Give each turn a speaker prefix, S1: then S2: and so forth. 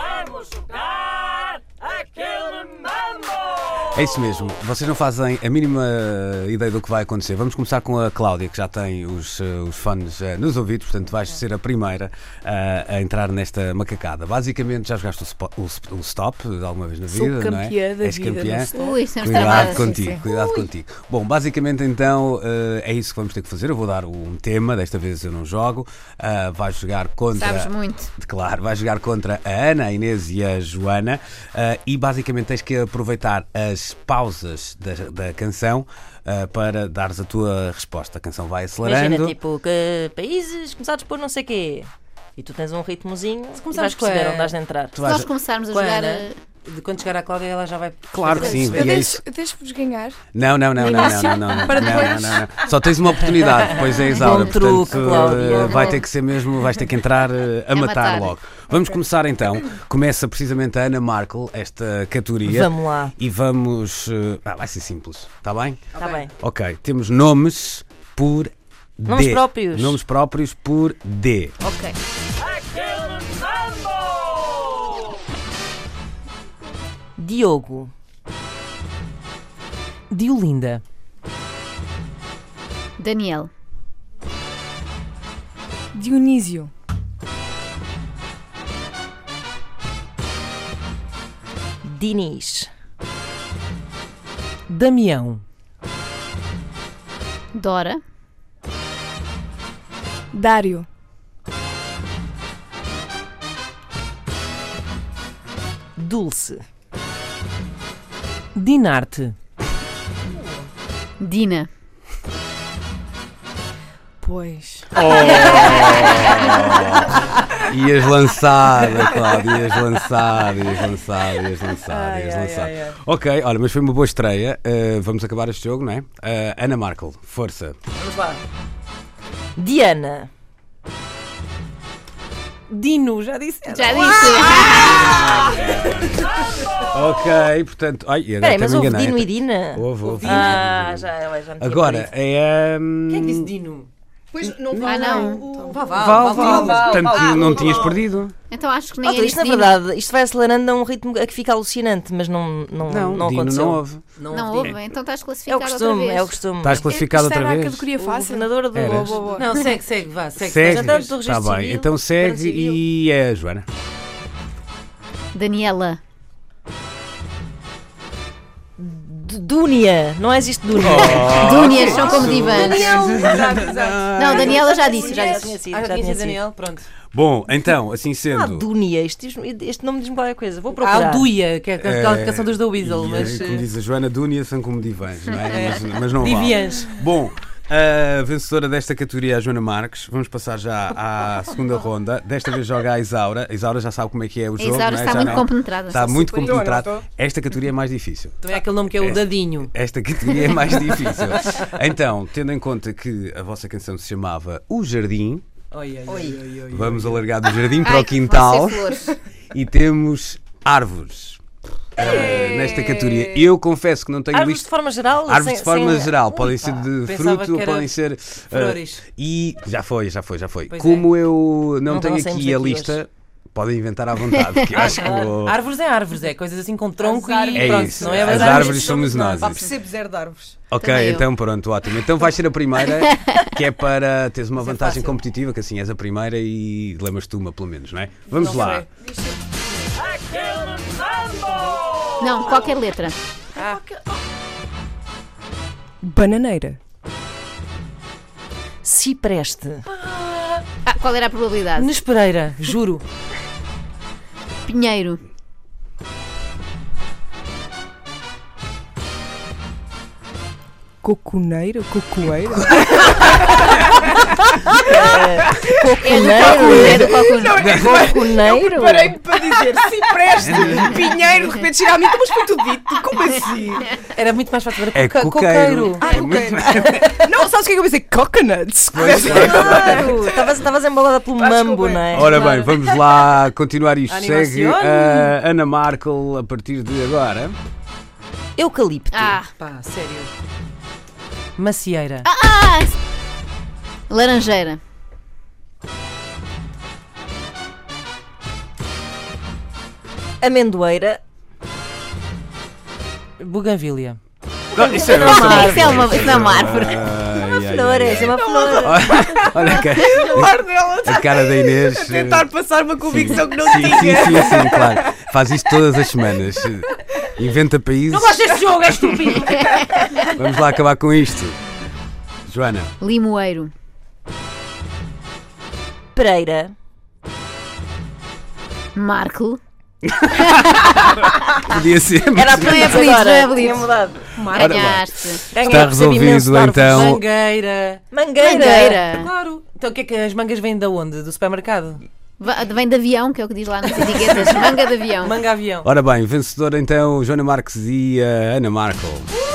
S1: Vamos jogar aquele mambo!
S2: É isso mesmo, vocês não fazem a mínima ideia do que vai acontecer. Vamos começar com a Cláudia, que já tem os, eh, os fãs eh, nos ouvidos, portanto vais ser a primeira ah, a entrar nesta macacada. Basicamente já jogaste o, spo- o sp- o stop de alguma vez na
S3: Sou
S2: vida, não é?
S3: campeã da
S2: És
S3: vida no
S2: campeã.
S3: stop.
S4: Ui, estamos
S2: Cuidado
S4: travadas.
S2: contigo, cuidado contigo. Bom, basicamente então eh, é isso que vamos ter que fazer. Eu vou dar um tema, desta vez eu não jogo. Ah, vais jogar contra.
S4: Sabes muito.
S2: Claro, vais jogar contra a Ana, a Inês e a Joana ah, e basicamente tens que aproveitar as pausas da, da canção ah, para dares a tua resposta. A canção vai acelerando.
S5: Imagina, tipo, que países começados por não sei quê. E tu tens um ritmozinho e
S3: começarmos
S5: vais perceber
S3: com a-
S5: onde has de entrar.
S2: Tu
S4: Se
S2: vais-
S4: nós começarmos a
S5: Com a
S4: jogar.
S5: Ana,
S4: uh,
S5: de quando chegar à Cláudia, ela já vai.
S2: Claro que sim.
S3: Eu
S2: E é isso.
S3: deixo- eu deixo-vos ganhar.
S2: Não, não, não, não, não, não, não, não,
S3: Para
S2: não,
S3: depois.
S2: não, não. Só tens uma oportunidade, depois é exaura.
S5: Bom
S2: portanto,
S5: Um truque, Cláudia. É
S2: eh, vai ter que ser mesmo, vais ter que entrar eh, a
S4: A
S2: matar
S4: matar.
S2: logo. Vamos começar então. Começa precisamente a Ana Markle, esta categoria.
S5: Vamos lá.
S2: E vamos. eh, ah, vai ser simples, está bem?
S5: Está Tá bem.
S2: Ok, temos nomes por D.
S5: Nomes próprios.
S2: Nomes próprios por D.
S4: Ok.
S1: Aquele mambo!
S5: Diogo. Diolinda.
S4: Daniel.
S3: Dionísio.
S5: Dinis. Damião.
S4: Dora.
S3: Dário.
S5: Dulce. Dinarte.
S4: Dina.
S3: Pois.
S2: Ias lançar, Cláudia, ias lançar, ias lançar, ias lançar, ias
S5: ai,
S2: lançar.
S5: ai, ai.
S2: Ok, olha, mas foi uma boa estreia. Eh, vamos acabar este jogo, não é? Eh, Ana Markle, força.
S5: Vamos lá. Diana. Dino, já disse.
S4: Já disse.
S2: Ok, portanto. Ai, eu
S5: Peraí,
S2: até
S5: mas
S2: me
S5: houve
S2: enganei.
S5: Dino e Dina.
S2: Houve, houve.
S5: Ah, já, já me tinha
S2: Agora
S5: perdido.
S2: é. hum,
S5: Quem é que disse Dino?
S6: Pois não
S4: Ah,
S6: vai
S4: não.
S2: Val, Val. Portanto, não tinhas perdido.
S4: Então acho que
S5: Ó,
S4: ninguém
S5: Oh, tu, isto,
S4: disse
S5: na
S4: Dina.
S5: verdade, isto vai acelerando a um ritmo a que fica alucinante, mas não, não, não,
S2: Dino
S5: aconteceu.
S2: não houve.
S4: Não houve, então estás
S5: É o
S4: classificado outra
S5: costume,
S4: vez.
S5: é o costume.
S2: Estás classificado
S3: Isto
S2: outra
S3: era a
S2: vez.
S3: categoria
S5: O
S3: fácil.
S5: governador do...
S2: Eras.
S3: Boa, boa.
S7: Não, segue, segue, vá, segue.
S2: Segue.
S5: Mas antes do
S2: Está
S5: registro
S2: bem,
S5: civil,
S2: então segue
S5: registro
S2: e é a Joana.
S4: Daniela.
S5: D- Dúnia, não existe Dúnia.
S4: Dúnias são como
S2: Oh.
S4: divãs.
S7: Exato, exato.
S4: Não, Daniela já disse, já
S5: Já
S4: disse.
S5: tinha sido,
S7: Ah,
S5: já tinha sido.
S7: Daniel, pronto.
S2: Bom, então, assim
S5: Ah,
S2: sendo.
S5: Dúnia, este, diz- este nome diz-me qualquer coisa. Vou
S7: Há
S5: procurar.
S7: o Duia, que é
S2: eh,
S7: aquela canção dos The Weasel,
S2: e,
S7: mas.
S2: eh, Como
S7: eh,
S2: diz a Joana, Dúnia são como divãs, não é? Mas, mas não vale.
S7: Diviãs.
S2: Bom, a vencedora desta categoria é a Joana Marques. Vamos passar já à segunda ronda. Desta vez joga a Isaura. A Isaura já sabe como é que é o
S4: A
S2: jogo.
S4: Isaura
S2: não é?
S4: está
S2: Já
S4: muito
S2: não-
S4: compenetrada.
S2: Está muito compenetrado.
S6: não estou.
S2: Esta categoria é mais difícil.
S7: Também é aquele nome que é o
S2: É.
S7: Dadinho.
S2: Esta categoria é mais difícil. Então, tendo em conta que a vossa canção se chamava O Jardim,
S7: Oi, oi, oi, oi, oi.
S2: vamos alargar do jardim para
S4: Ai,
S2: o quintal
S4: vão ser flores.
S2: e temos árvores. eh, nesta categoria. Eu confesso que não tenho
S5: Árvores de
S2: lista.
S5: forma geral?
S2: Árvores
S5: sem-
S2: de forma
S5: sem-
S2: geral,
S5: Ui,
S2: podem
S5: pá.
S2: ser de
S7: pensava
S2: fruto,
S7: que era
S2: podem ser. ah,
S7: flores.
S2: e já foi, já foi, já foi.
S7: Pois
S2: Como eu não,
S5: Não
S2: tenho
S5: trouxemos
S2: aqui a
S5: aqui
S2: lista, podem inventar à vontade, que eu acho que vou.
S7: Árvores é árvores, é coisas assim com tronco
S6: As
S7: e
S6: árvores.
S2: É
S7: pronto,
S2: isso,
S7: não é?
S2: as
S7: Mas
S2: árvores somos nós.
S6: Vá,
S2: isso.
S6: percebo zero de árvores.
S2: Ok,
S4: Também eu.
S2: então pronto, ótimo. Então vais ser a primeira, que é para teres uma vantagem competitiva, que assim és a primeira e lembras-te uma pelo menos, não é? Vamos lá.
S1: Aquele mambo!
S4: Não, qualquer letra.
S3: Bananeira.
S5: Cipreste.
S4: Ah, qual era a probabilidade?
S7: Nes Pereira, juro.
S4: Pinheiro.
S3: Cocuneira. Cocoeira.
S5: É Cocuneiro.
S4: É do Cocuneiro.
S5: Cocuneiro.
S6: Parei-me para dizer cipreste, pinheiro, de repente cheira a mim, mas foi tudo dito, como assim?
S7: Era muito mais fácil. Era
S2: É
S7: coca-
S2: coqueiro.
S7: coqueiro.
S6: Ah,
S2: É muito
S3: não, sabes o que é que eu pensei? Coconuts.
S5: Claro, Tá estavas- estavas embalada pelo mambo,
S6: desculpem.
S5: não é?
S2: é. Ora bem, vamos lá continuar isto.
S7: Animação.
S2: Segue a Ana Markel a partir de agora.
S5: Eucalipto.
S4: Ah,
S7: Pá, sério. Macieira.
S4: ah, Laranjeira.
S5: Amendoeira.
S7: Buganvília.
S2: Não, isso é,
S4: Não, isso é uma- isso é uma árvore.
S2: uma
S5: Flor, essa é uma flor.
S2: Olha que-
S6: O ar dela
S2: a cara da Inês. eh,
S6: tentar passar uma convicção que não
S2: sim,
S6: tinha.
S2: sim, sim, sim, claro. Faz isto todas as semanas. Inventa países.
S7: deste jogo, é estúpido!
S2: Vamos lá acabar com isto. Joana,
S4: Limoeiro.
S5: Pereira.
S4: Marco.
S2: podia ser. mas-
S5: Era apelido
S4: apelidos,
S5: agora.
S4: não é apelidos.
S5: Tinha mudado.
S2: Ora bem.
S4: Ganhaste.
S5: Ganhei,
S2: Está
S5: percebi imenso
S2: resolvido
S5: de árvores.
S2: então.
S7: Mangueira.
S5: Mangueira.
S4: Mangueira.
S7: Claro. Então o que é que as mangas vêm de onde? Do supermercado?
S4: Va- Vem de avião, que é o que diz lá nas etiquetas. Manga de avião.
S7: Manga avião.
S2: Ora bem, vencedora então Joana Marques e a Ana Marco.